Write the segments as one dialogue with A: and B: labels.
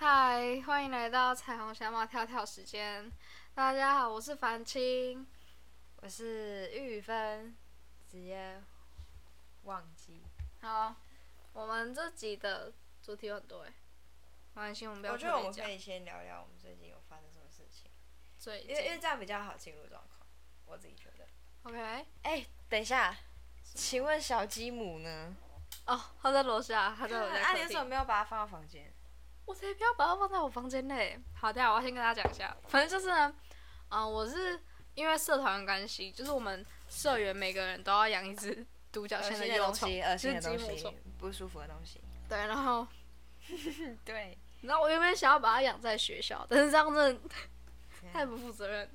A: 嗨，欢迎来到彩虹小马跳跳时间。大家好，我是凡青。
B: 我是玉芬，直接忘记。
A: 好，我们这集的主题有很多哎，没关系，我们不要
B: 我觉得我们
A: 特别
B: 可
A: 讲
B: 以先聊聊我们最近有发生什么事情，
A: 最
B: 因为
A: 近
B: 因为这样比较好进入状况，我自己觉得。
A: OK。
B: 哎、等一下，请问小吉姆呢？
A: 哦，他在楼下，他在我家
B: 啊，你
A: 客
B: 为什么
A: 厅。
B: 没有把他放到房间？
A: 我才不要把它放在我房间内。好的，我要先跟大家讲一下，反正就是呢，嗯、我是因为社团的关系，就是我们社员每个人都要养一只独角仙
B: 恶
A: 的
B: 心的
A: 幼
B: 东
A: 虫，
B: 西，恶
A: 就
B: 心
A: 是
B: 的
A: 吉
B: 东
A: 姆虫
B: 西。，不舒服的东西。
A: 对，然后
B: 对，
A: 然后我原本想要把它养在学校，但是这样真的
B: 啊
A: 太不负责任。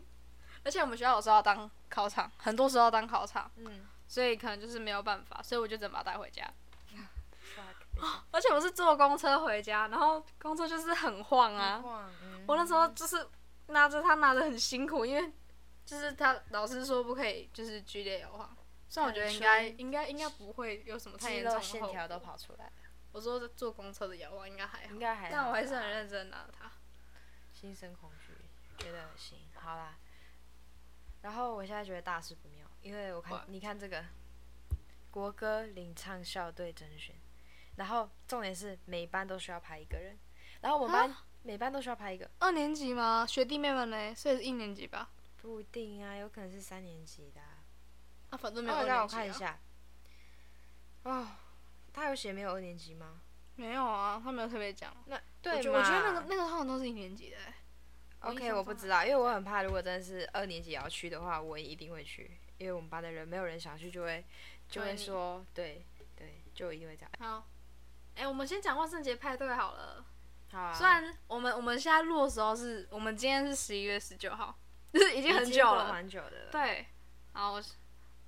A: 而且我们学校有时候要当考场，很多时候要当考场，
B: 嗯
A: 所以可能就是没有办法，所以我就只能把它带回家。
B: ，fuck，
A: 而且我是坐公车回家，然后公车就是很晃啊。
B: 嗯
A: 我那时候就是拿着它拿的很辛苦，因为就是他老师说不可以就是剧烈摇晃，虽然我觉得应该应该应该不会有什么太
B: 肌
A: 严重
B: 肉
A: 的
B: 线
A: 后
B: 条都
A: 果。
B: 跑出来了，
A: 我说坐公车的摇晃应该还好
B: 应，该还好吧。啊
A: 但我还是很认真地拿着它。
B: 心生恐惧，觉得恶心。好啦，然后我现在觉得大事不妙，因为我看
A: 哇
B: 你看这个国歌领唱校队甄选，然后重点是每班都需要排一个人，然后我们班每班都需要排一个，
A: 二年级吗？学弟妹们呢？所以是一年级吧？
B: 不一定啊，有可能是三年级的、啊。
A: 啊，反正没有
B: 哦，
A: 二年级、
B: 让我看一，下，哦，他有写没有二年级吗？
A: 没有啊，他没有特别讲。
B: 那对
A: 我觉得我觉得那个那个通常都是一年级的、欸。我印
B: OK，
A: 象中
B: 我不
A: 好
B: 知道，因为我很怕，如果真的是二年级也要去的话，我也一定会去，因为我们班的人没有人想去，就会就
A: 推
B: 会
A: 你
B: 说，对对，就一定会这样。
A: 好，哎、我们先讲万圣节派对好了。
B: 好、啊，
A: 虽然我们我们现在录的时候是我们今天是十一月十九号， 就是已经很久
B: 过
A: 了。
B: 蛮久的了。
A: 对，然后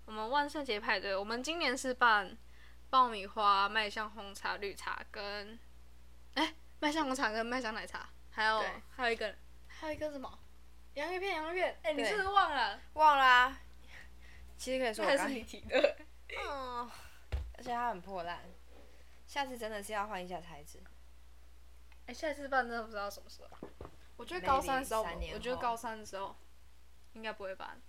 A: 我们万圣节派对，我们今年是办爆米花、麦香红茶、绿茶跟，哎、麦香红茶跟麦香奶茶，还有
B: 对
A: 还有一个还有一个什么洋芋片，洋芋片，哎、你
B: 对
A: 是不是忘了？
B: 忘啦、其实可
A: 这
B: 以说我
A: 还
B: 刚
A: 是，你提 的。
B: 嗯，而且它很破烂，下次真的是要换一下材质。
A: 哎、下一次办真的不知道什么时候。我觉得
B: Maybe
A: 高三的时候，
B: 三年
A: 我觉得
B: 后哎
A: 高三的时候应该不会办。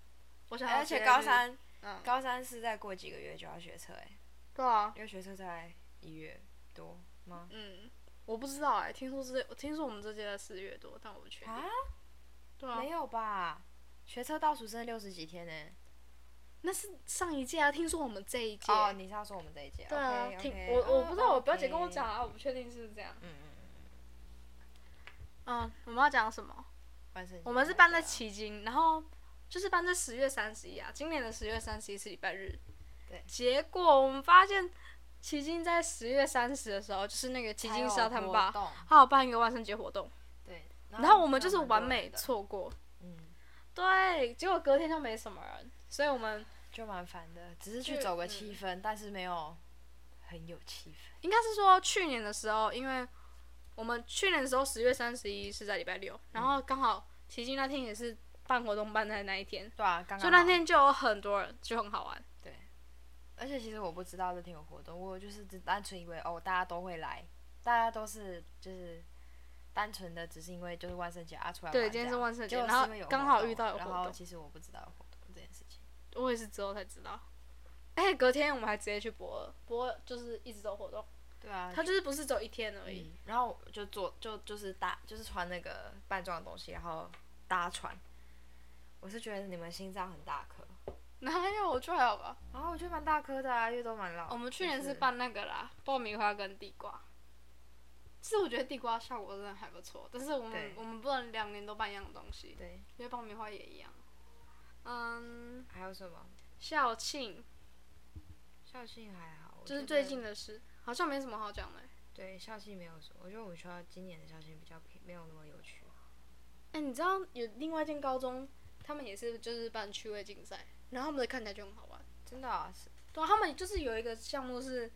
A: 我想要
B: 而
A: 直接
B: 且
A: 去
B: 高，三，
A: 嗯，
B: 高三是再过几个月就要学车哎、
A: 对啊，
B: 因为学车才一月多吗？
A: 嗯，我不知道哎、听说是，我听说我们这届在四月多，但我不确定。
B: 啊，
A: 对啊
B: 没，有吧？学车倒数剩六十几天呢、
A: 那是上一届啊，听说我们这一届。
B: 哦，你是要说我们这一届？
A: 对啊
B: OK，OK，
A: 听
B: 哦
A: 我我不知道，我表姐
B: OK
A: 跟我讲啊，我不确定是不是这样。
B: 嗯嗯嗯，
A: 嗯，我们要讲什么？
B: 万圣节
A: 我们是办在
B: 的，
A: 旗津，然后就是办在十月三十一啊，今年的十月三十一是礼拜日。
B: 对
A: 结果我们发现，旗津在十月三十的时候，就是那个旗津沙滩吧，
B: 还有活动
A: 还有办一个万圣节活动，
B: 对，
A: 然后我们就是完美
B: 的，
A: 错过。
B: 嗯，
A: 啊对，结果隔天就没什么人，所以我们
B: 就蛮烦的，只是
A: 就
B: 去走个
A: 嗯
B: 气氛，但是没有很有气氛。
A: 应该是说去年的时候，因为我们去年的时候十月三十一是在礼拜
B: 嗯
A: 六，然后刚好奇迹那天也是办活动办在那一天，
B: 对啊，刚刚
A: 所以那
B: 好，
A: 天就有很多人，就很好玩。
B: 而且其实我不知道这天有活动，我就是只单纯以为哦，大家都会来，大家都是就是单纯的，只是因为就是万圣节啊出来
A: 对，
B: 玩
A: 今天
B: 这
A: 是
B: 样
A: 万圣节，
B: 结果
A: 然
B: 是
A: 后
B: 因为有
A: 刚
B: 活
A: 好
B: 动
A: 遇到有活
B: 然后
A: 动，
B: 其实我不知道有活动这件事情。
A: 我也是之后才知道。哎，隔天我们还直接去博尔，博尔就是一直都有活动，
B: 对啊，
A: 它就是不是走一天而已。
B: 嗯，然后我就坐就就是搭就是穿那个扮装的东西，然后搭船。我是觉得你们心脏很大颗，
A: 哪有？我觉得还好吧。
B: 然后我觉得蛮大颗的啊，因为都蛮老。
A: 我们去年
B: 就是
A: 办那个啦，爆米花跟地瓜。其实我觉得地瓜效果真的还不错，但是我们
B: 对
A: 我们不能两年都办一样的东西。
B: 对，
A: 因为爆米花也一样。嗯，
B: 还有什么？
A: 校庆
B: 校庆还好，我
A: 就是
B: 觉
A: 最
B: 得
A: 近的事，好像没什么好讲的欸。
B: 对校庆没有什么，我觉得我们学校今年的校庆比较平没有那么有趣。
A: 哎、你知道有另外一间高中，他们也是就是办趣味竞赛，然后他们的看起来就很好玩。
B: 真的、啊、是，
A: 对啊，他们就是有一个项目是，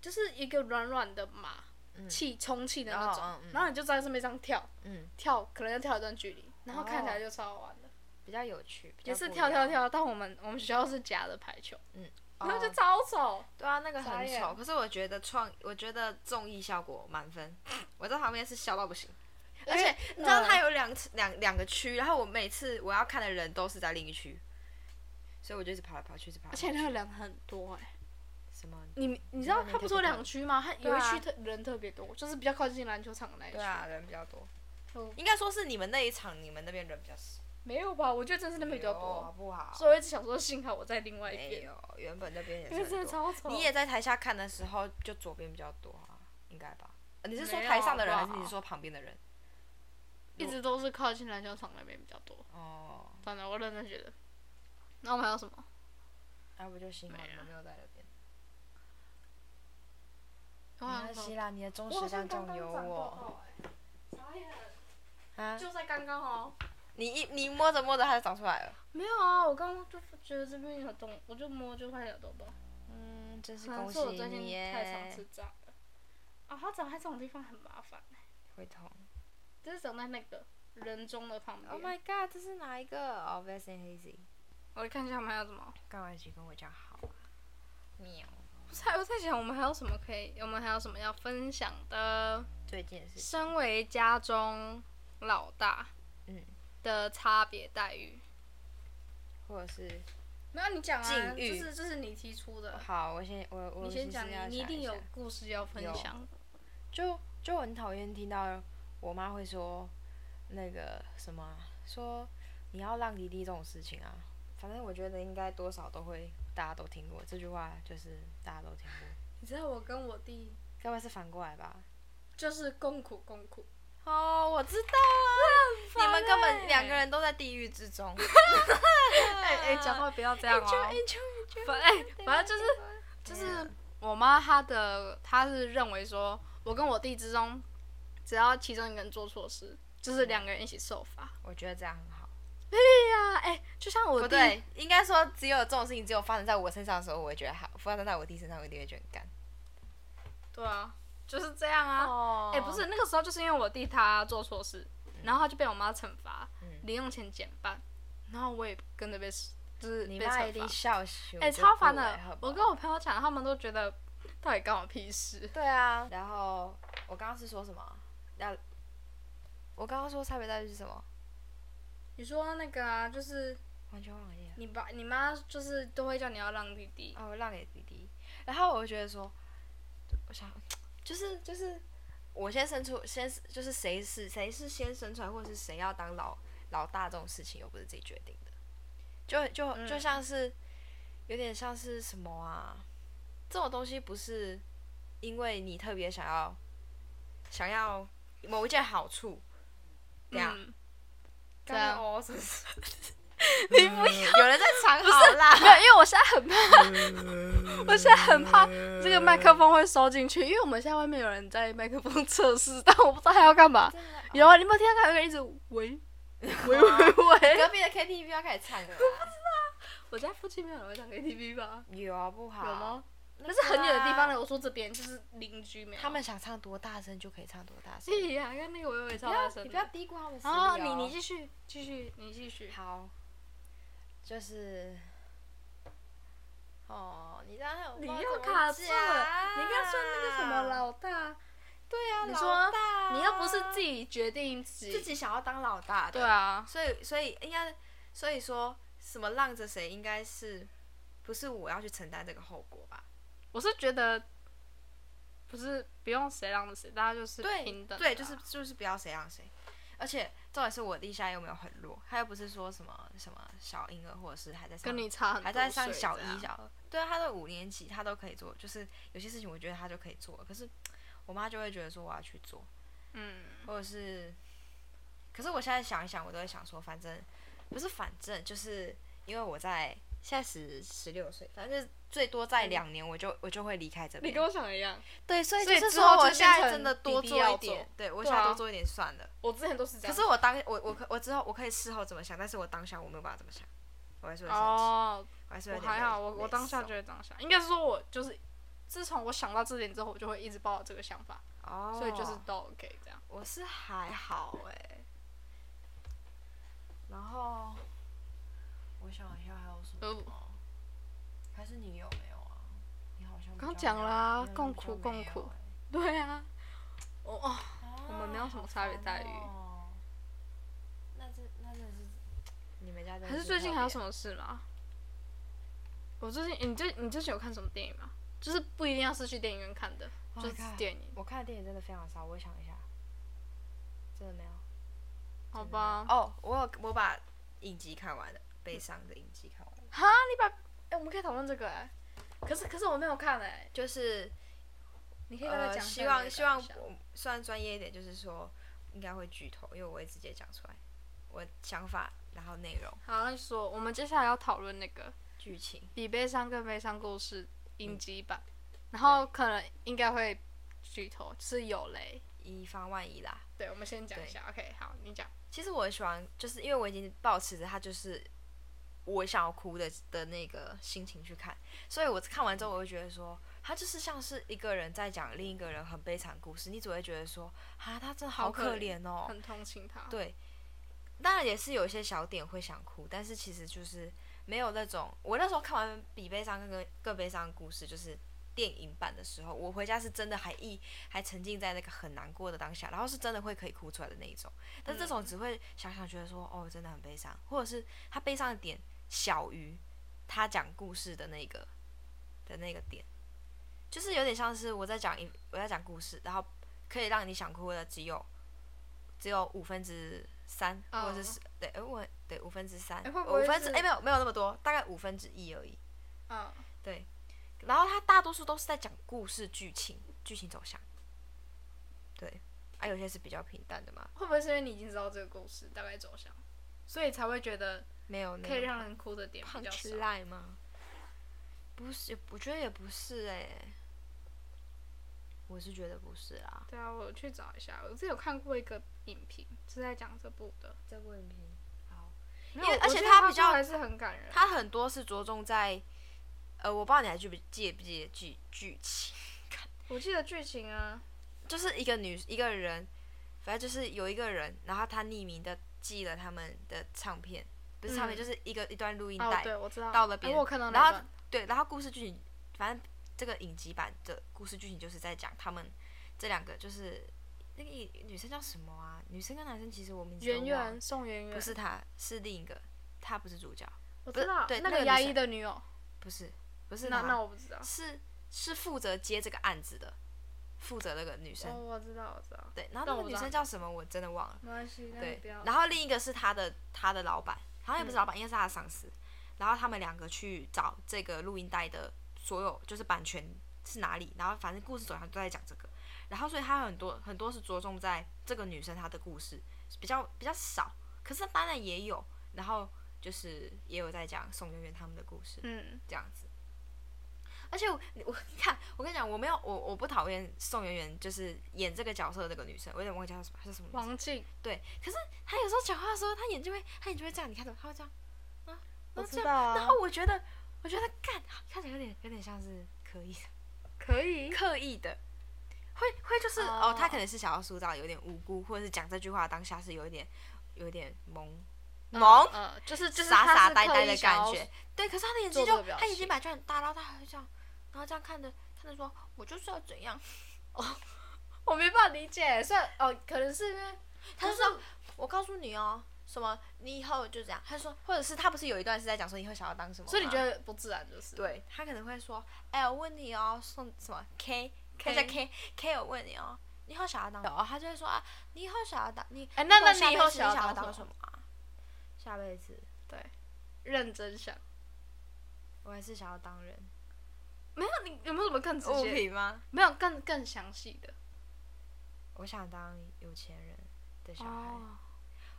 A: 就是一个软软的马
B: 嗯
A: 气充气的那种，
B: 哦嗯嗯
A: 然后你就在上面这样跳
B: 嗯，
A: 跳，可能要跳一段距离，然后看起来
B: 哦
A: 就超好玩的。
B: 比较有趣，比
A: 也
B: 较
A: 是
B: 不一
A: 跳跳
B: 样。哦
A: 跳，但我们我们学校是假的排球，
B: 嗯，
A: 然后就超丑。
B: 对啊，那个
A: 傻
B: 很
A: 眼
B: 丑，可是我觉得创，我觉得综艺效果满分。 我在旁边是笑到不行，而且你知道
A: 嗯
B: 它有两次两两个区，然后我每次我要看的人都是在另一区，所以我就一直跑来跑去，一直跑来
A: 而
B: 跑
A: 且
B: 去。
A: 那个嗯人很多哎、
B: 什么？
A: 你你知道他不是有两区吗？他
B: 对
A: 有一
B: 啊
A: 区特人特别多，就是比较靠近篮球场的那一区。
B: 对啊，人比较多。
A: 就
B: 应该说是你们那一场，你们那边人比较少。
A: 没有吧？我觉得真是那边比较
B: 有好
A: 多，
B: 不好？
A: 所以我一直想说，幸好我在另外一
B: 没
A: 边，
B: 有，原本那边也
A: 因为
B: 是
A: 真的
B: 很
A: 超
B: 多。
A: 丑。
B: 你也在台下看的时候，就左边比较多啊，应该吧？呃你是说
A: 没有
B: 台上的人，
A: 好
B: 还
A: 不
B: 是
A: 好
B: 你说旁边的人？
A: 一直都是靠近篮球场那边比较多。
B: 哦，
A: 真的，我认真觉得。那我们还有什么？
B: 那不就幸好
A: 没
B: 你
A: 了
B: 们没有在那边。
A: 我哦好像
B: 没关系
A: 找
B: 啦，你的忠实观众有我。
A: 哎
B: 啊！
A: 就在刚刚哦。
B: 你一你摸着摸着它就长出来了。
A: 没有啊，我刚刚就觉得这边有洞，我就摸就发现有洞洞。
B: 嗯，真是
A: 可能
B: 恭
A: 是
B: 喜
A: 我最
B: 你
A: 近太常
B: 耶！
A: 吃炸了。啊，它长在这种地方很麻烦、
B: 会痛。
A: 就是长在那个人中的旁边。
B: Oh my god，这是哪一个？哦、v e s t and Hazy，
A: 我看一下我们还有什么。
B: 干嘛一起跟我讲好啊？喵，
A: 不是，我在想我们还有什么可以，我们还有什么要分享的？
B: 最近的事情。
A: 身为家中老大，
B: 嗯，
A: 的差别待遇。
B: 或者是
A: 没有你讲啊，
B: 境
A: 这
B: 遇
A: 是这是你提出的，
B: 好，我先我我
A: 你
B: 其
A: 先
B: 实
A: 讲，你
B: 要
A: 你一
B: 想
A: 定有
B: 下
A: 故事要分
B: 有
A: 享。
B: 就就很讨厌听到我妈会说那个什么啊，说你要让弟弟这种事情啊。反正我觉得应该多少都会，大家都听过这句话，就是大家都听过。
A: 你知道我跟我弟
B: 该不会是反过来吧？
A: 就是共苦共苦，
B: 哦，我知道啊，你们根本两个人都在地狱之 中。
A: 哎 哎，讲话不要这样哦。反哎、反正就是就是我妈她的她是认为说，我跟我弟之中，只要其中一个人做错事，就是两个人一起受罚。
B: 我觉得这样很好。
A: 对呀、哎、就像我
B: 不
A: 弟，
B: 对，应该说只有这种事情只有发生在我身上的时候，我会觉得好；发生在我弟身上，我一定会觉得很干。
A: 对啊，就是这样啊。
B: 哦
A: 哎、不，是那个时候，就是因为我弟他做错事，然后他就被我妈惩罚，
B: 嗯
A: 零用钱减半，然后我也跟着被就是
B: 你
A: 被
B: 妈一
A: 惩
B: 定
A: 罚。
B: 笑死我。
A: 哎、超烦
B: 就
A: 的
B: 不来好！不好
A: 我跟我朋友讲，他们都觉得到底干我屁事？
B: 对啊，然后我刚刚是说什么？要我刚刚说差别待遇是什么？
A: 你说那个啊，就是
B: 完全忘记了。
A: 你爸你妈就是都会叫你要让弟弟，
B: 哦，我让给弟弟。然后我就觉得说，我想，就是就是，我先生出先是就是谁是谁是先生出来，或者是谁要当老老大这种事情，又不是自己决定的，就就就
A: 嗯
B: 像是、有点像是什么啊？这种东西不是因为你特别想要想要某一件好处，这样。
A: 嗯，
B: 对
A: 对
B: 啊
A: 啊，哦，是不是？
B: 你不
A: 嗯
B: 要，有人在藏好 啦。
A: 没有，因为我现在很怕，我现在很怕啊这个麦克风会收进去，因为我们现在外面有人在麦克风测试， 但我不知道他要干嘛。
B: 哦
A: 有啊，你有没有听到他有个一直喂 喂 喂喂？
B: 隔壁的 KTV 要开始唱了啦，啊
A: 我家附近没有人会唱 KTV 吧？
B: 有啊不好？
A: 有吗？
B: 那
A: 那
B: 个啊
A: 是很远的地方的，我说这边就是邻居没有。
B: 他们想唱多大声就可以唱多大声。
A: 对呀，看那个微微
B: 不
A: 超大
B: 要，
A: 声
B: 你
A: 的。
B: 不要低估他们实力
A: 啊，
B: 哦。
A: 你你继续继续，你继续。
B: 好，就是。哦，你这样很
A: 你又卡住了，你应该说那个什么老大，
B: 啊对啊，
A: 你
B: 老
A: 说
B: 大啊
A: 你又不是自己决定自
B: 自己想要当老大的，
A: 对啊，
B: 所以所以应该，所以说什么让着谁，应该是不是我要去承担这个后果吧？
A: 我是觉得不是不用谁让着谁，大家就是
B: 对
A: 平等的啊、
B: 对，就是就是不要谁让谁。而且重点是我弟现在又没有很弱，他又不是说什么什么小婴儿，或者是还在上
A: 跟你差很多
B: 还在上
A: 岁
B: 小
A: 这
B: 一
A: 样
B: 小二，对啊，他都五年级，他都可以做，就是有些事情我觉得他就可以做了，可是我妈就会觉得说我要去做，
A: 嗯，
B: 或者是，可是我现在想一想，我都会想说，反正不是反正，就是因为我在现在十十六岁，反正就是最多在两年我就、我就会离开这
A: 嗯你
B: 边，
A: 跟我想的一样，
B: 对，所以
A: 所以
B: 就是
A: 之后
B: 说我
A: 就
B: 现
A: 变
B: 在
A: 成
B: 真的多
A: 弟弟
B: 做
A: 要
B: 一点
A: 做，
B: 对我
A: 对
B: 现在
A: 啊
B: 多做一点算了。
A: 我之前都是这
B: 可
A: 样。
B: 是我当我我可我之后我可以事后怎么想，但是我当下我没有办法这么想，我还是会生气，
A: 哦，
B: 我还是会
A: 我
B: 有点哦
A: 还好，
B: 累
A: 我我当下
B: 累
A: 就会当下，应该是说我就是自从我想到这点之后，我就会一直抱有这个想法，
B: 手哦，
A: 所以就是都 OK 这样。
B: 我是还好哎、然后我想一下还有什么哦
A: 呃，
B: 还是你有没有啊？你好像
A: 我
B: 比
A: 刚
B: 较
A: 讲
B: 没有
A: 啦
B: 你好像
A: 共
B: 比较
A: 苦
B: 没
A: 共
B: 有
A: 苦
B: 欸
A: 对啊，我哦，
B: 啊
A: 我们没有什么
B: 好
A: 差别
B: 烦
A: 待遇
B: 哦那这那真的是，你们家真的
A: 还是最近还有什
B: 么？
A: 么事吗？我最近，你最你最近有看什么电影吗？就是不一定要是去电影院看的
B: Oh
A: 就
B: my
A: 是
B: God
A: 电影，
B: 我看的电影真的非常少，我想一下，真的没有。
A: 好吧？
B: 哦，我有我把影集看完了，悲伤的影集看完了，
A: 哈，你把，哎、我们可以讨论这个哎、可是可是我没有看哎、
B: 就是
A: 你可以大概
B: 呃，
A: 讲一下
B: 希
A: 你
B: 望
A: 的
B: 希
A: 感
B: 望
A: 想
B: 我算专业一点，就是说应该会剧透，因为我会直接讲出来我想法，然后内容、
A: 好，那就说我们接下来要讨论那个
B: 剧情。
A: 比悲伤更悲伤故事影集版，
B: 嗯
A: 然后可能应该会剧透，就是有雷。
B: 以防万一啦。
A: 对，我们先讲一
B: 对
A: 下。OK，好，你讲。
B: 其实我很喜欢，就是因为我已经保持着它就是我想要哭的的那个心情去看，所以我看完之后，我会觉得说，它就是像是一个人在讲另一个人很悲惨的故事，你只会觉得说，啊，他真的好
A: 好可
B: 可怜哦。
A: 很同情他。
B: 对，当然也是有一些小点会想哭，但是其实就是没有那种，我那时候看完《比悲伤更更更悲伤的故事》就是电影版的时候，我回家是真的还一还沉浸在那个很难过的当下，然后是真的会可以哭出来的那一种。但这种只会想想觉得说，哦，真的很悲伤，或者是他悲伤的点小于他讲故事的那个的那个点，就是有点像是我在讲一我在讲故事，然后可以让你想哭的只有只有五分之三
A: 哦
B: 或者是十对，哎、我对五分之三，
A: 哎会不会
B: 五分之
A: 是
B: 哎、没有没有那么多，大概五分之一而已。
A: 嗯，
B: 对，然后他大多数都是在讲故事剧情剧情走向，对，啊有些是比较平淡的嘛，
A: 会不会是因为你已经知道这个故事大概走向，所以才会觉得
B: 没有那
A: 可以
B: 种
A: 让人哭的点比较少
B: punch？line 吗？不是，我觉得也不是哎、我是觉得不是啊。
A: 对啊，我去找一下，我之前有看过一个影评，是在讲这部的，
B: 这部影评，好，
A: 因
B: 为而且它
A: 他
B: 比较
A: 还是很感人。
B: 它很多是着重在，呃，我不知道你还记不记不记得剧剧情，
A: 我记得剧情啊，
B: 就是一个女一个人，反正就是有一个人，然后他匿名的寄了他们的唱片，不是唱片，
A: 嗯
B: 就是一个一段录音
A: 哦
B: 带，，
A: 对，我知道
B: 到了
A: 哎
B: 别人
A: 我有看到
B: 然
A: 那
B: 后
A: 段，
B: 对，然后故事剧情，反正这个影集版的故事剧情就是在讲他们这两个，就是那个女女生叫什么啊？女生跟男生其实我名字都
A: 圆
B: 忘了
A: 圆宋圆圆，
B: 啊不是她，是另一个，她不是主角，
A: 我
B: 不
A: 知
B: 是
A: 道
B: 对
A: 那
B: 那
A: 个
B: 个
A: 牙
B: 女
A: 医
B: 生
A: 的女友，
B: 不是不是
A: 那那
B: 她，
A: 我不知道，
B: 是是负责接这个案子的，负责那个女生。
A: 哦，我知道我知道，
B: 对，然后
A: 但
B: 那
A: 我
B: 个
A: 不知
B: 女
A: 道
B: 生叫什么我真的忘了。
A: 没关系，那你
B: 对
A: 不要，
B: 然后另一个是他的他的老板，好像也不是
A: 嗯
B: 老板，应该是他的上司。然后他们两个去找这个录音带的所有，就是版权是哪里，然后反正故事走向都在讲这个。然后所以他很多很多是着重在这个女生她的故事，比较比较少，可是当然也有。然后就是也有在讲宋媛媛他们的故事。
A: 嗯，
B: 这样子。而且我我你看，我跟你讲，我没有我我不讨厌宋媛媛，就是演这个角色的那个女生，我有点忘记她叫什么，她叫什么名字？
A: 王静，
B: 对，可是她有时候讲话的时候，她眼睛会，她眼睛会这样，你看到她会这样，啊，
A: 我
B: 然后
A: 知
B: 这样
A: 道啊
B: 然后我觉得，我觉得干，看起来有点有点像是刻意的
A: 可以，
B: 刻意的，会会就是哦
A: 哦，
B: 她可能是想要塑造有点无辜，或者是讲这句话当下是有一点有一点懵
A: 嗯
B: 懵，
A: 嗯，就是就是
B: 傻
A: 他
B: 傻
A: 是
B: 呆
A: 刻
B: 呆
A: 意
B: 的
A: 想
B: 感
A: 要
B: 觉。对，可是他的眼
A: 做
B: 睛
A: 这个
B: 就
A: 表
B: 他眼
A: 情
B: 睛本来就很大，然后他还会这样，然后这样看着看着说，我就是要怎样。
A: 我没办法理解，算哦，可能是因为
B: 他
A: 可
B: 就说，我告诉你哦，什么你以后就这样。他说，或者是他不是有一段是在讲说你会想要当什么吗？
A: 所以你觉得不自然就是？，
B: 对他可能会说，哎、我问你哦，送什么 K，他
A: K
B: 叫 K K，我问你哦，你以后想要当？然后他就会说啊，你以后想要当你，
A: 哎那那
B: 如果
A: 你
B: 下
A: 以
B: 辈
A: 后
B: 子
A: 想要
B: 想
A: 当
B: 当
A: 什
B: 什么啊？下辈子
A: 认真想，
B: 我还是想要当人。
A: 没有你有没有什么更直接？
B: 吗？
A: 没有更更详细的
B: 我想当有钱人的小孩，
A: 哦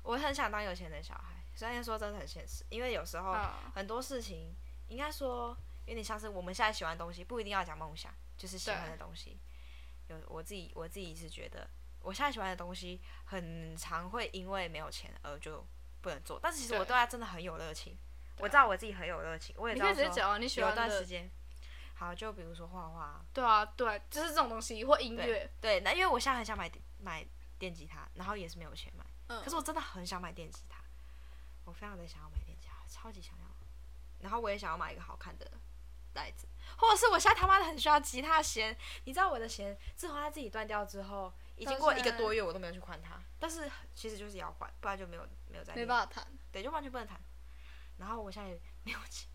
B: 我很想当有钱的小孩。虽然说真的很现实，因为有时候
A: 啊
B: 很多事情，应该说有点像是我们现在喜欢的东西，不一定要讲梦想，就是喜欢的东西。有我自己，我自己是觉得我现在喜欢的东西，很常会因为没有钱而就不能做。但是其实我
A: 对
B: 对它真的很有热情，
A: 对
B: 我知道我自己很有热情，我也
A: 你
B: 知
A: 可
B: 道
A: 以直接
B: 说
A: 讲啊，你喜
B: 有
A: 欢
B: 一段时
A: 的
B: 间，好，就比如说画画啊，
A: 对啊对，就是这种东西或音乐，
B: 对，那因为我现在很想买买电吉他，然后也是没有钱买。
A: 嗯，
B: 可是我真的很想买电吉他，我非常的想要买电吉他，超级想要。然后我也想要买一个好看的袋子，或者是我现在他妈的很需要吉他弦，你知道我的弦，自从它自己断掉之后，已经过了一个多月，我都没有去换它，但是其实就是要换，不然就没有没有在
A: 没办法弹。
B: 对，就完全不能弹。然后我现在也没有钱，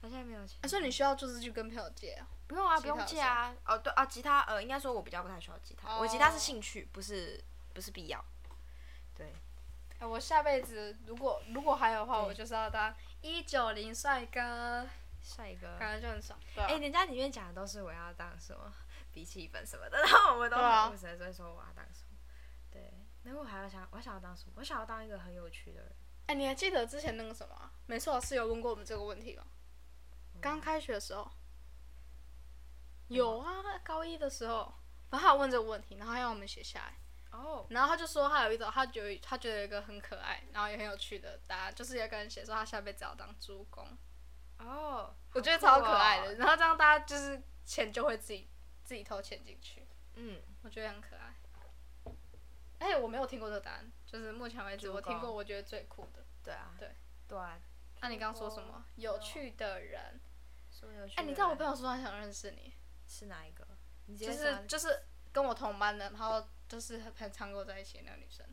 B: 我现在没有钱。
A: 啊，所以你需要就是去跟朋友借啊。
B: 不用啊，
A: 吉
B: 不
A: 他
B: 用借啊。哦，对啊，吉他呃，应该说我比较不太需要吉他，我吉
A: 哦
B: 他是兴趣，不是不是必要。对，
A: 哎我下辈子如果如果还有的话，
B: 对
A: 我就是要当一九零帅哥，
B: 帅哥。
A: 感觉就很爽。对啊
B: 哎、人家里面讲的都是我要当什么笔记本什么的，然后我们都
A: 对啊
B: 很务实，所以说我要当什么。对，然后我还要想，我想要当什么？我想要当一个很有趣的人。
A: 哎、你还记得之前那个什么啊美术老师有问过我们这个问题吗？刚开学的时候，有啊，高一的时候，然后他有问这个问题，然后他让我们写下来，
B: 哦，
A: 然后他就说他有一种，他觉得他觉得有一个很可爱，然后也很有趣的答案，就是有一个人写说他下辈子要当猪公，
B: 哦，
A: 我觉得
B: 好
A: 超
B: 酷
A: 可爱
B: 哦
A: 的，然后这样大家就是钱就会自己自己投钱进去，
B: 嗯，
A: 我觉得很可爱。哎、我没有听过这个答案，就是目前为止
B: 猪
A: 我听
B: 公
A: 过我觉得最酷的。
B: 对啊，
A: 对，
B: 对啊，
A: 那、你刚刚说什么？有趣的人。
B: 说有趣的
A: 哎、
B: 人。
A: 你知道我朋友说他想认识你，
B: 是哪一个？你直
A: 就
B: 接
A: 是
B: 说
A: 就是跟我同班的，然后就是很很常跟我在一起的那个女生，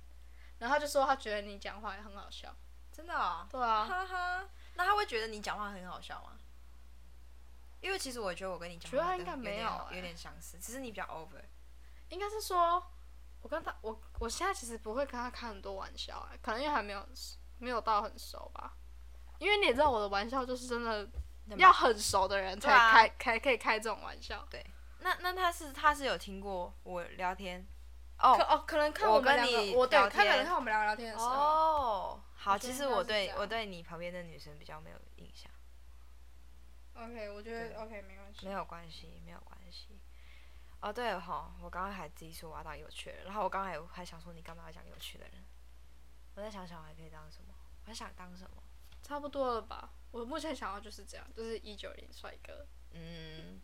A: 然后她就说她觉得你讲话也很好笑。
B: 真的、哦，
A: 对啊，
B: 哈哈。那他会觉得你讲话很好笑吗？因为其实我觉得我跟你讲
A: 觉得
B: 话
A: 他
B: 有
A: 应该
B: 点
A: 没有
B: 好
A: 哎
B: 有点相似，只是你比较 over。
A: 应该是说，我跟她我我现在其实不会跟她开很多玩笑、哎，可能因为还没有没有到很熟吧。因为你也知道我的玩笑就是真的
B: 那么
A: 要很熟的人才
B: 对啊
A: 开开可以开这种玩笑。
B: 那那他是他是有听过我聊天哦
A: 可哦，可能看
B: 我
A: 们
B: 跟
A: 两个，
B: 你
A: 我对，
B: 聊
A: 看可能
B: 天
A: 看我们两个聊天的时候，
B: 哦，好，
A: 我觉得
B: 其实
A: 应该
B: 我
A: 是这
B: 对
A: 样
B: 我对你旁边的女生比较没有印象，
A: OK，我觉
B: 对
A: 得 OK 没关系
B: 没。有关系，没有关系。哦，对了哈，我刚刚还自己说我要当有趣的人，然后我刚刚还还想说你干嘛要讲有趣的人？我再想想我还可以当什么？我还想当什么？
A: 差不多了吧？我目前想要就是这样，就是一九零帅哥。
B: 嗯，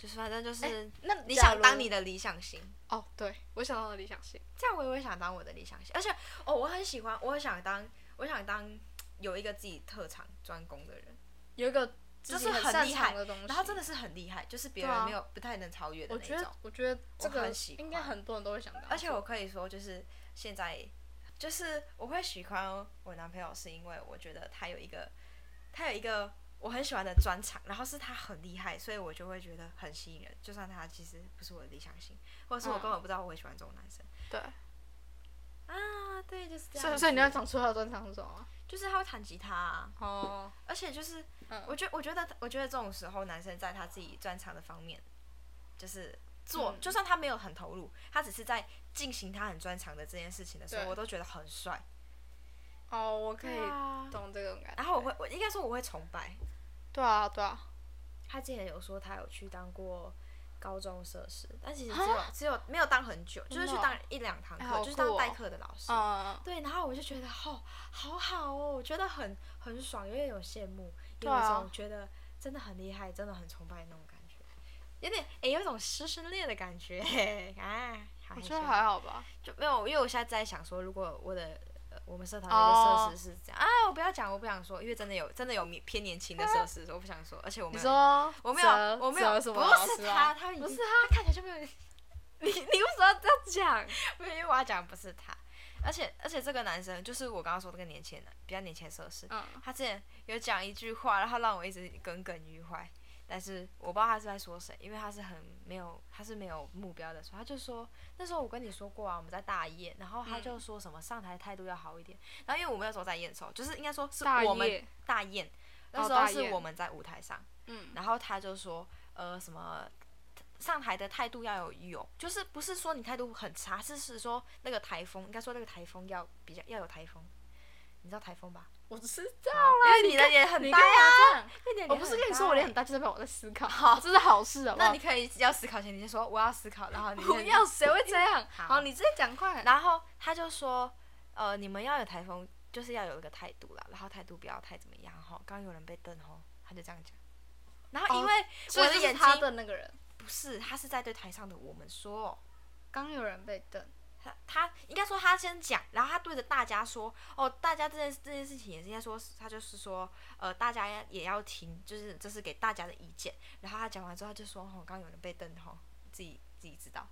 B: 就是反正就是
A: 那
B: 你
A: 哎假
B: 想
A: 如
B: 当你的理想型，
A: 哦，对我想到了理想型，
B: 这样我也会想当我的理想型，而且哦，我很喜欢，我很想当，我想当有一个自己特长专攻的人。
A: 有一个
B: 就
A: 自己
B: 是很
A: 擅
B: 厉
A: 长
B: 害
A: 的东西，
B: 然后真的是很厉害，就是别
A: 对
B: 人
A: 啊
B: 没有、不太能超越的
A: 我
B: 那
A: 觉
B: 一
A: 得
B: 种。
A: 我觉得这
B: 我
A: 个
B: 很喜欢
A: 应该很多人都会想到，
B: 而且我可以说，就是现在，就是我会喜欢我男朋友，是因为我觉得他有一个，他有一个我很喜欢的专长，然后是他很厉害，所以我就会觉得很吸引人。就算他其实不是我的理想型，或者是我
A: 嗯
B: 根本不知道我会喜欢这种男生、
A: 对，
B: 啊。对，就是这样
A: 所
B: 子。
A: 以所以你要讲出他的专长是什么？
B: 就是他会弹吉他、啊，
A: 哦，
B: 而且就是，
A: 嗯
B: 我觉我觉得我觉得这种时候，男生在他自己专长的方面，就是做，
A: 嗯
B: 就算他没有很投入，他只是在进行他很专长的这件事情的时候，
A: 对
B: 我都觉得很帅。
A: 哦，我可以
B: 啊。
A: 懂这种感觉。
B: 然后我会，我应该说我会崇拜。
A: 对啊对啊，
B: 他之前有说他有去当过高中设施，但其实只有只有没有当很久，就是去
A: 真的哦
B: 当一两堂
A: 哎
B: 课，
A: 好
B: 就是当
A: 酷哦
B: 代课的老师。
A: 嗯，
B: 对，然后我就觉得哦，好好哦，我觉得很很爽，有点有羡慕，有
A: 对
B: 一
A: 啊
B: 种觉得真的很厉害，真的很崇拜那种感觉，有点诶，有一种师生恋的感觉， 啊，好
A: 我
B: 害
A: 觉得
B: 羞
A: 还好吧。
B: 就没有，因为我现在在想说，如果我的。呃我们社团
A: 哦
B: 有一个设施是这样、啊，我不要讲，我不想说，因为真的有真的有偏年轻的设施，我不想说，而且我没
A: 你
B: 有
A: 说
B: 我没有
A: 折
B: 我没有
A: 折什么老
B: 不
A: 师
B: 是
A: 吗
B: 他，他已
A: 不
B: 经
A: 是
B: 他看起来就没有，
A: 你，你为什么要这样讲？
B: 不是因为我要讲的不是他，而且而且这个男生就是我刚刚说那个年轻人，比较年轻的设施，
A: 嗯，
B: 他之前有讲一句话，然后让我一直耿耿于怀，但是我不知道他是在说谁，因为他是很没有，他是没有目标的说，他就说那时候我跟你说过啊，我们在大宴，然后他就说什么上台态度要好一点，然后因为我们那时候在验收，就是应该说是
A: 大
B: 我们
A: 业，
B: 大宴，那
A: 哦
B: 时候
A: 大
B: 是
A: 宴
B: 我们在舞台上，
A: 嗯，
B: 然后他就说，呃，什么上台的态度要有有，就是不是说你态度很差，是是说那个台风，应该说那个台风要比较要有台风，你知道台风吧？
A: 我知道
B: 因啊为你的脸很
A: 你
B: 呆
A: 干嘛
B: 啊，
A: 这样？
B: 因为你的
A: 我
B: 脸
A: 不是
B: 很
A: 跟你说我脸
B: 呆
A: 很大，就代表我在思考，好，这是好事好不
B: 那
A: 好
B: 你？可以要思考前，你就说我要思考，然后 你
A: 不要，谁会这样？
B: 好
A: 好，你直接讲快。
B: 然后他就说，呃，你们要有台风，就是要有一个态度啦，然后态度不要太怎么样哈。刚有人被瞪吼，他就这样讲。然后因
A: 哦
B: 为
A: 所
B: 我
A: 以
B: 的
A: 就是
B: 眼睛、
A: 他的那个人，
B: 不是，他是在对台上的我们说，
A: 刚有人被瞪，
B: 他他应该说他他先讲，然后他对着大家说，哦，大家这件这件事情也是应该说，他就是说，呃，大家也要听，就是这是给大家的意见。然后他讲完之后，他就说，哦，刚刚有人被瞪吼，自己自己知道。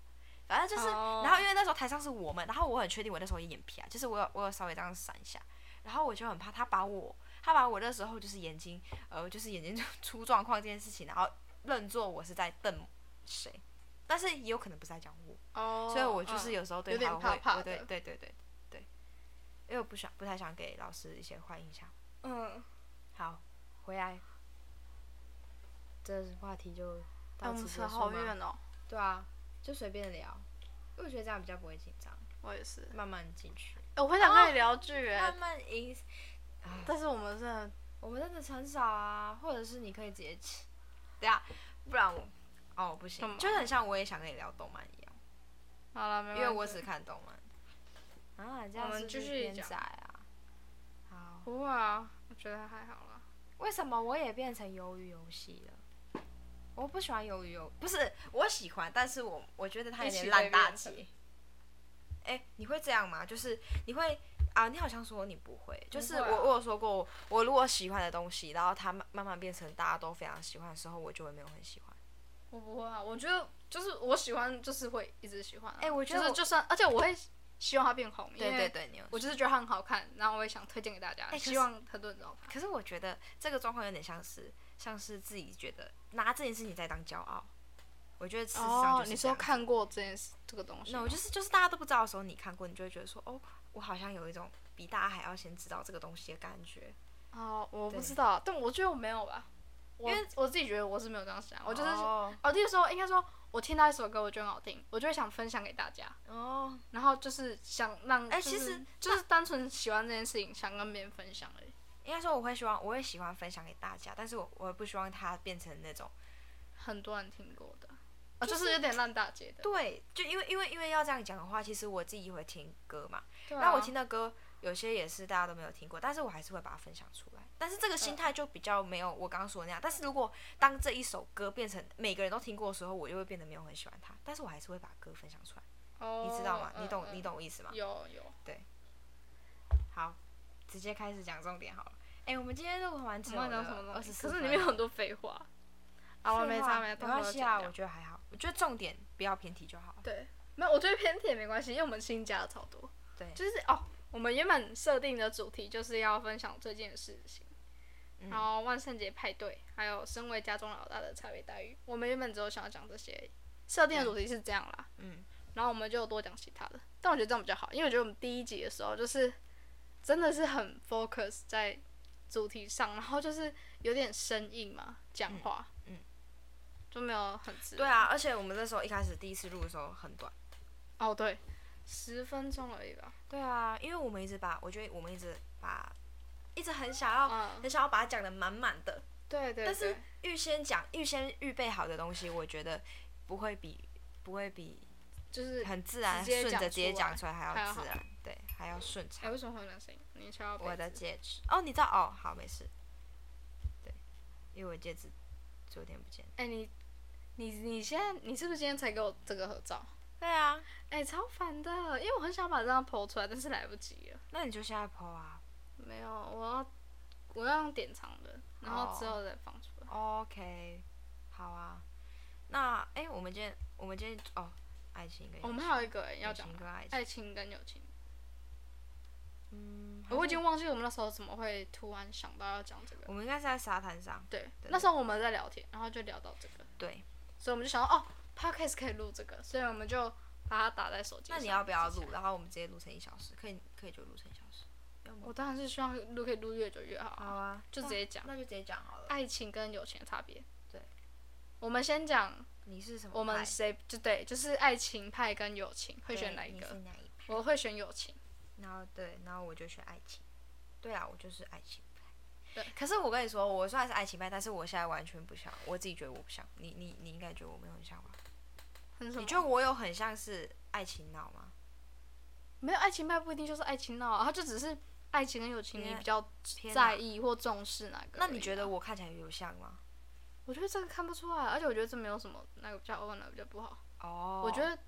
B: 反正就是
A: 哦
B: 然后因为那时候台上是我们，然后我很确定我那时候也眼皮啊，就是我有我有稍微这样闪一下，然后我就很怕他把我，他把我那时候就是眼睛，呃，就是眼睛 出状况这件事情，然后认作我是在瞪谁，但是也有可能不是在讲我。
A: 哦，
B: 所以我就是
A: 嗯
B: 有时候对
A: 有点
B: 他会，
A: 怕怕
B: 我对
A: 的
B: 对对对对，因为我不想不太想给老师一些坏印象。
A: 嗯，
B: 好，回来，这话题就
A: 哎我
B: 到
A: 们
B: 此
A: 扯
B: 结束
A: 好
B: 吗？
A: 远哦，
B: 对啊，就随便聊，因为我觉得这样比较不会紧张，
A: 我也是，
B: 慢慢进去，
A: 哎我很想跟你聊剧哎
B: 慢，慢引。啊
A: 但是我们真的
B: 我们真的很少啊，或者是你可以直接起，对啊，不然我哦不
A: 干嘛
B: 行，就是很像我也想跟你聊动漫一样，
A: 好了，没
B: 因
A: 关系
B: 为我只看动漫。啊，这样
A: 我们
B: 是不
A: 继
B: 是
A: 续
B: 偏
A: 讲
B: 窄啊。好。
A: 不会啊，我觉得还好啦。
B: 为什么我也变成鱿鱼游戏了？我不喜欢鱿鱼游，不是我喜欢，但是我我觉得它有点烂大
A: 一起
B: 街。哎、你会这样吗？就是你会啊？你好像说你不会，就是
A: 不
B: 我、
A: 会啊
B: 我有说过，我如果喜欢的东西，然后它慢慢慢变成大家都非常喜欢的时候，我就会没有很喜欢。
A: 我不会啊，我觉得就是我喜欢，就是会一直喜欢啊、
B: 哎我觉得
A: 就是
B: 我
A: 就算，而且我会希望它变红，
B: 对对，对，你有。
A: 我就是觉得它很好看，然后我也想推荐给大家，
B: 哎可是
A: 希望很多人知道它。
B: 可是我觉得这个状况有点像是像是自己觉得拿这件事情在当骄傲。我觉得事实上就是
A: 哦你
B: 这
A: 说
B: 样子
A: 看过这件事这个东西
B: 那我就是就是大家都不知道的时候，你看过，你就会觉得说，哦，我好像有一种比大家还要先知道这个东西的感觉。
A: 哦，我不
B: 对
A: 知道，但我觉得我没有吧，我
B: 因为
A: 我自己觉得我是没有这样想，我就是哦，
B: 哦
A: 例如说应该说，我听到一首歌我觉得很好听，我就会想分享给大家，
B: 哦，
A: 然后就是想让，
B: 哎
A: 就
B: 其
A: 是
B: 实
A: 就是单纯喜欢这件事情，想跟别人分享而已。
B: 应该说我会希望，我会喜欢分享给大家，但是我我不希望它变成那种
A: 很多人听过的，啊，
B: 就
A: 就是是有点烂大街的。
B: 对，就因为因为因为要这样讲的话，其实我自己会听歌嘛，
A: 对啊
B: 那我听的歌有些也是大家都没有听过，但是我还是会把它分享出来。但是这个心态就比较没有我刚刚说的那样。但是如果当这一首歌变成每个人都听过的时候，我就会变得没有很喜欢它，但是我还是会把歌分享出来，
A: 哦，
B: 你知道吗？
A: 嗯
B: 你懂
A: 嗯
B: 你懂我意思吗？
A: 有有，
B: 好，直接开始讲重点好了。哎、我们今天录完
A: 我
B: 只有
A: 们讲什么
B: 二
A: 东西？
B: 十四
A: 可
B: 分
A: 是
B: 钟，
A: 里面有很多废话。啊，我没
B: 废
A: 差
B: 话
A: 没差，
B: 没
A: 到时候
B: 关系啊，
A: 剪
B: 我
A: 掉
B: 觉得还好。我觉得重点不要偏题就好了。
A: 对，没有，我觉得偏题也没关系，因为我们新加了超多。
B: 对
A: 就是哦，我们原本设定的主题就是要分享最近的事情。
B: 嗯
A: 然后万圣节派对，还有身为家中老大的差别待遇，我们原本只有想要讲这些而已，设定的主题是这样啦。
B: 嗯，
A: 然后我们就多讲其他的。但我觉得这样比较好，因为我觉得我们第一集的时候就是真的是很 focus 在主题上，然后就是有点生硬嘛，讲话，
B: 嗯嗯
A: 就没有很自
B: 对
A: 然。
B: 啊，而且我们那时候一开始第一次录的时候很短。
A: 哦对，十分钟而已吧。嗯
B: 对啊，因为我们一直把，我觉得我们一直把，一直很想要，
A: 嗯，
B: 很想要把它讲的满满的。
A: 对对
B: 哦但是
A: 对，
B: 预先讲、预先预备好的东西，我觉得不会比不会比
A: 就是哎、
B: 很自然
A: 直接
B: 顺着
A: 讲
B: 直接
A: 出
B: 讲
A: 来
B: 出来还
A: 还
B: 要
A: 要
B: 自
A: 好
B: 然，对，还要顺畅。
A: 哎为什么会有那声音？你敲到杯
B: 我的
A: 子
B: 戒指哦，你知道哦，好，没事。对，因为我戒指昨天不见了。
A: 哎、你你你现在你是不是今天才给我这个合照？
B: 对啊，
A: 哎、超烦的，因为我很想把这张 PO 出来，但是来不及了。
B: 那你就现在剖啊。
A: 没有，我要我要用典藏的，然
B: 哦
A: 后之后再放出来。
B: OK，好啊。那哎、我们今天我们今天哦，爱情跟
A: 我
B: 友
A: 们还有一个人
B: 情
A: 要
B: 友
A: 讲
B: 情跟爱情，
A: 爱情跟友情，
B: 嗯，好
A: 我已
B: 像
A: 经忘记我们那时候怎么会突然想到要讲这个。
B: 我们应该是在沙滩上，
A: 对，
B: 对
A: 那时候我们在聊天，然后就聊到这个，
B: 对。
A: 所以我们就想到哦，podcast 可以录这个，所以我们就把它打在手机上。
B: 那你要不要
A: 记起
B: 录
A: 来？？
B: 然后我们直接录成一小时，可以可以就录成一小时，要吗？
A: 我当然是希望录可以录越久越好啊。
B: 啊，
A: 就
B: 那
A: 直接讲哎
B: 那就直接讲好了。
A: 爱情跟友情的差别。
B: 对，
A: 我们先讲
B: 你是什么派？
A: 我们谁就对，就是爱情派跟友情会
B: 对
A: 选哪一
B: 你
A: 个
B: 是？哪一派？
A: 我会选友情。
B: 然后对，然后我就选爱情。对啊，我就是爱情派。
A: 对
B: 可是我跟你说，我虽然是爱情派，但是我现在完全不像，我自己觉得我不像。你你你应该觉得我没有很像吧？
A: 很什么
B: 你觉得我有很像是爱情脑吗？
A: 没有爱情派不一定就是爱情闹啊，它就只是爱情跟友情你
B: 偏
A: 比较
B: 偏
A: 在
B: 哪
A: 意或重视哪个而已啊。
B: 那你觉得我看起来有像吗？
A: 我觉得这啊哦个看不出来，而且我觉得这没有什么哪个比较 over，哪个比较不好。
B: 哦
A: 我觉得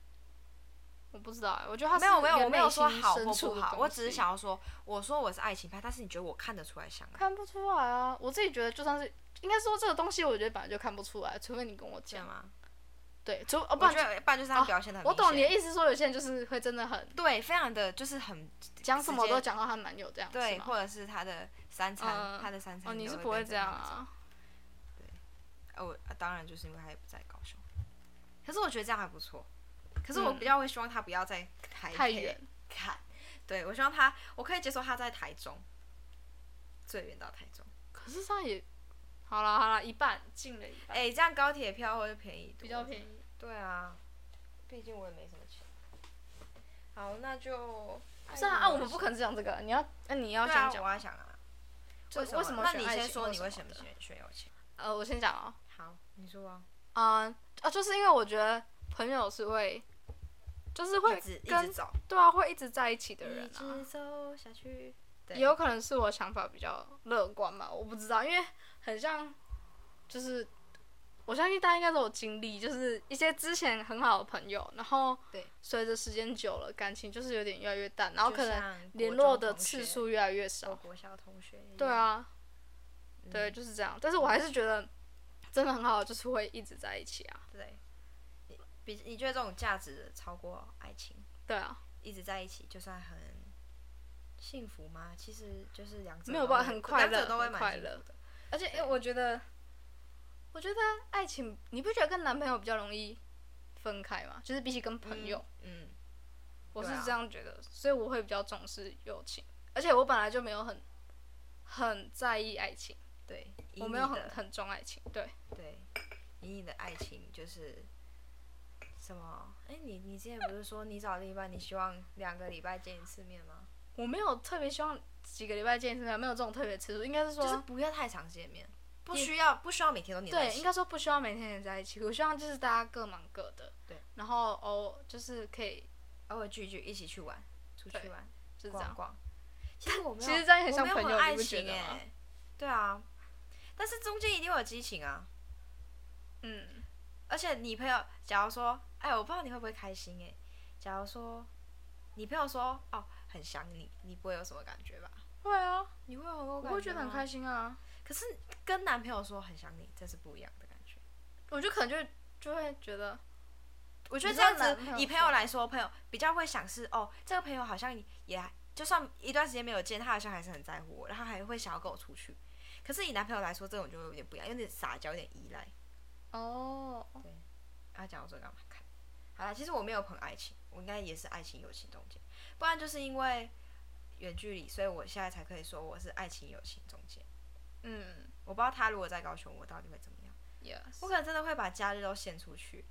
A: 我不知道哎，我觉得他
B: 没有没有，我没
A: 没
B: 有说好或不好，我只是想要说，我说我是爱情派，但是你觉得我看得出来像 爱
A: 看不出来啊。我自己觉得，就算是应该说这个东西，我觉得本来就看不出来，除非你跟我
B: 这样
A: 讲。
B: 吗？
A: 对，除哦，不
B: 我
A: 然
B: 觉得不然就是他
A: 哦
B: 表现的很、
A: 我懂你的，意思，说有些人就是会真的很
B: 对，非常的就是很
A: 讲什么
B: 直接
A: 都讲到她男友这样，
B: 对，
A: 是吗
B: 或者是他的三餐，
A: 嗯
B: 他的三餐
A: 哦，你
B: 都
A: 是
B: 被
A: 不会
B: 这
A: 这样
B: 弄走
A: 啊？
B: 呃，我啊当然就是因为他也不在高雄，可是我觉得这样还不错。可是我比较会希望他不要在台
A: 嗯太
B: 北
A: 远，
B: 看，对我希望他，我可以接受他在台中，最远到台中。
A: 可是这样也好啦好啦，一半近了一半，
B: 哎、这样高铁票会便宜多
A: 比较便宜。
B: 对啊，毕竟我也没什么钱。好，那就。
A: 是啊，啊，我们不可能只讲这个，你要那你要
B: 对啊
A: 先，讲
B: 我。要想啊。
A: 就
B: 为
A: 为什么
B: 那
A: 选
B: 你
A: 爱
B: 先
A: 情
B: 说
A: 或
B: 你
A: 什
B: 为
A: 么
B: 什么
A: 的
B: 选选友情？
A: 呃，我先讲哦，
B: 好，你说啊。
A: 嗯啊，就是因为我觉得朋友是会，就是会
B: 一直一直
A: 跟
B: 走，
A: 对啊，会一直在一起的人
B: 一
A: 啊。
B: 直走下去。对
A: 也有可能是我想法比较乐观嘛，我不知道，因为很像，就是我相信大家应该都有经历，就是一些之前很好的朋友，然后
B: 对
A: 随着时间久了，感情就是有点越来越淡，然后
B: 就
A: 可能
B: 像国
A: 联
B: 中
A: 络的
B: 同学
A: 次，数越来越
B: 我
A: 少。
B: 国小同学一样。
A: 对啊，
B: 嗯，
A: 对，就是这样。但是我还是觉得真的很好，就是会一直在一起啊。
B: 对。你比你觉得这种价值超过爱情，
A: 对啊，
B: 一直在一起就算很幸福吗？其实就是两者
A: 没有
B: 都会
A: 办法很快
B: 两
A: 乐
B: 者都会
A: 很
B: 蛮
A: 快
B: 幸福
A: 乐
B: 的。
A: 而且因为哎我觉得，我觉得爱情，你不觉得跟男朋友比较容易分开吗？就是比起跟朋友。
B: 嗯，
A: 我是
B: 对啊
A: 这样觉得，所以我会比较重视友情，而且我本来就没有很很在意爱情，
B: 对，以
A: 我没有
B: 你
A: 很
B: 的
A: 很重爱情，对，
B: 对，以你的爱情就是什么？哎，你你之前不是说你找另一半，你希望两个礼拜见一次面吗？
A: 我没有特别希望几个礼拜见一次面，没有这种特别次数，应该是说、
B: 就是不要太常见面，不
A: 也
B: 需要不需要每天都黏在一
A: 对，
B: 起。
A: 应该说不希望每天也在一起，我希望就是大家各忙各的，
B: 对，
A: 然后偶就是可以
B: 偶尔聚一聚，一起去玩，出去
A: 对
B: 玩，
A: 就是这
B: 逛
A: 样，
B: 逛。其实我没有，
A: 其实这样也很
B: 我
A: 像
B: 没有
A: 朋友，
B: 爱
A: 你不觉
B: 情
A: 得
B: 哎、
A: 吗？
B: 对啊，但是中间一定会有激情啊。
A: 嗯，
B: 而且你朋友，假如说，哎，我不知道你会不会开心哎、假如说，你朋友说，哦，很想你，你不会有什么感觉吧？
A: 会啊，
B: 你会有很有
A: 我
B: 感
A: 会觉得很开
B: 心。
A: 心啊，
B: 可是跟男朋友说很想你，这是不一样的感觉。
A: 我就可能就就会觉得
B: 我觉得
A: 你知
B: 这样
A: 道男
B: 子
A: 朋友
B: 以朋友来说，朋友比较会想是哦，这个朋友好像也就算一段时间没有见，他好像还是很在乎我，然后还会想要跟我出去。可是以男朋友来说，这种就有点不一样，有点撒娇，有点依赖。
A: 哦，
B: 啊，讲到这个干嘛看？好啦，其实我没有捧爱情，我应该也是爱情友情中间，不然就是因为远距离，所以我现在才可以说我是爱情友情中间。
A: 嗯
B: 我不知道他如果在高雄，我到底会怎么样？我
A: ，yes，
B: 可能真的会把假日都献出去，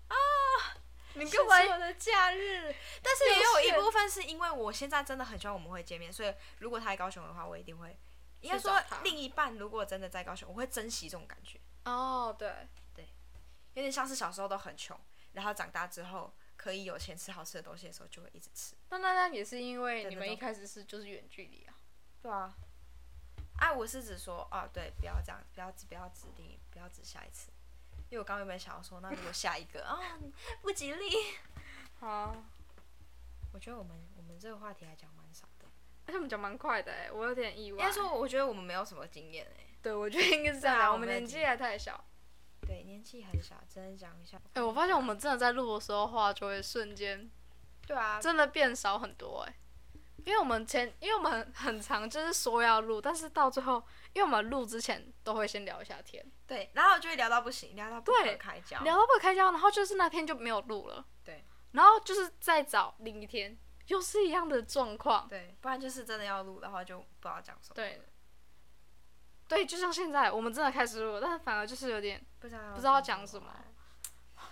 A: 你
B: 献
A: 干
B: 出
A: 嘛
B: 我的假日。但是也有
A: 有
B: 一部分是因为我现在真的很希望我们会见面，所以如果他在高雄的话，我一定会。应该说
A: 去找他，
B: 另一半如果真的在高雄，我会珍惜这种感觉，
A: 哦，对。
B: 有点像是小时候都很穷，然后长大之后可以有钱吃好吃的东西的时候，就会一直吃。
A: 那那那也是因为
B: 对
A: 你
B: 那
A: 们一
B: 种
A: 开始是就是远距离啊。
B: 对啊，哎、我是指说，哦，对，不要这样，不要指，不要指定，不要指下一次，因为我刚刚有没有想要说，那如果下一 个啊、不吉利。
A: 好，
B: 我觉得我们我们这个话题还讲蛮少的，
A: 他们讲蛮快的哎，我有点意
B: 应
A: 外。
B: 该说，我觉得我们没有什么经验哎、
A: 对，我觉得应该是这样
B: 对啊
A: 的。
B: 我
A: 我
B: 们
A: 们
B: 的
A: 年纪还太小。
B: 对，年纪很小，只能讲一下。
A: 哎，我发现我们真的在录的时候话就会瞬间
B: 对啊，
A: 真的变少很多哎，因为我们前因为我们很很长就是说要录，但是到最后，因为我们录之前都会先聊一下天，
B: 对，然后就会聊到不行，聊到不可
A: 对
B: 开交。
A: 聊到不开交，然后就是那天就没有录了。
B: 对。
A: 然后就是再找另一天，又是一样的状况。
B: 对，不然就是真的要录的话，就不知道讲什么。
A: 对，对，就像现在我们真的开始录了，但是反而就是有点
B: 不知道
A: 不知道
B: 讲
A: 讲什么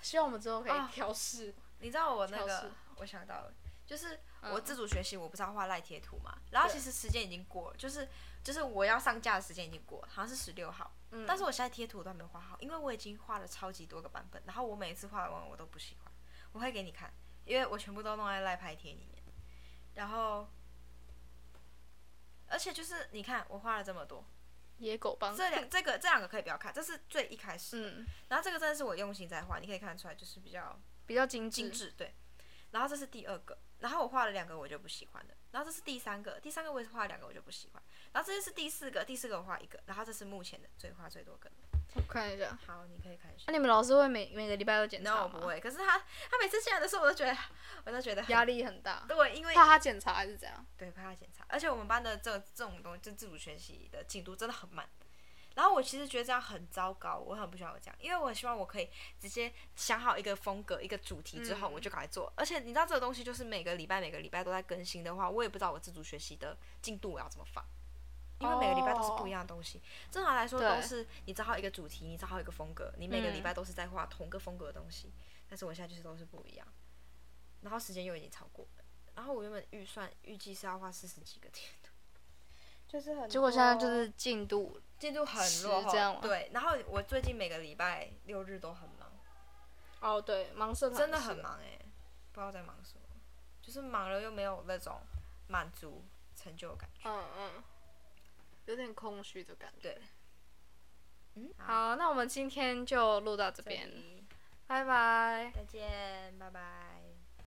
A: 希望我们之后可
B: 啊
A: 以调试。
B: 你知道我那
A: 调
B: 个
A: 试，
B: 我想到了，就是
A: 嗯
B: 我自主学习，我不是要画赖贴图嘛，然后
A: 对
B: 其实时间已经过了，就是就是我要上架的时间已经过了，好像是十六号，
A: 嗯
B: 但是我现在贴图都还没有画好，因为我已经画了超级多个版本，然后我每一次画完我都不喜欢，我会给你看，因为我全部都弄在赖拍贴里面，然后。而且就是你看，我画了这么多，
A: 野狗帮，
B: 这两这个这两个可以不要看，这是最一开始。
A: 嗯
B: 然后这个真的是我用心在画，你可以看得出来，就是比较嗯
A: 比较精致。
B: 精致，对。然后这是第二个，然后我画了两个我就不喜欢的，然后这是第三个，第三个我也是画了两个我就不喜欢，然后这是第四个，第四个我画一个，然后这是目前的最画最多个的。
A: 我看一下。
B: 好，你可以看一下。
A: 那、你们老师会每每个礼拜都检查
B: 那
A: 吗？
B: 我不会，可是他他每次进来的时候，我都觉得我都觉得很
A: 压力很大，
B: 对，因为
A: 怕他检查还是怎样？
B: 对，怕他检查。而且我们班的这这种东西，就自主学习的进度真的很慢。然后我其实觉得这样很糟糕，我很不喜欢我这样，因为我希望我可以直接想好一个风格、一个主题之后，
A: 嗯
B: 我就赶快做。而且你知道这个东西就是每个礼拜、每个礼拜都在更新的话，我也不知道我自主学习的进度我要怎么放，因为每个礼拜都是不一样的东西。正常来说
A: 哦对
B: 都是你找好一个主题，你找好一个风格，你每个礼
A: 嗯
B: 拜都是在画同个风格的东西。但是我现在就是都是不一样，然后时间又已经超过了，然后我原本预算预计是要画四十几个贴图，就是很
A: 结果现在就是进度，
B: 进度很
A: 十
B: 落后，
A: 这样吗
B: 对。然后我最近每个礼拜六日都很忙，
A: 哦对，忙社团
B: 真的很忙哎、不知道在忙什么，就是忙了又没有那种满足成就感。
A: 嗯嗯，有点空虚的感觉。
B: 对，嗯，
A: 好，那我们今天就录到这
B: 这
A: 边，
B: 里
A: 拜拜。
B: 再见，拜拜。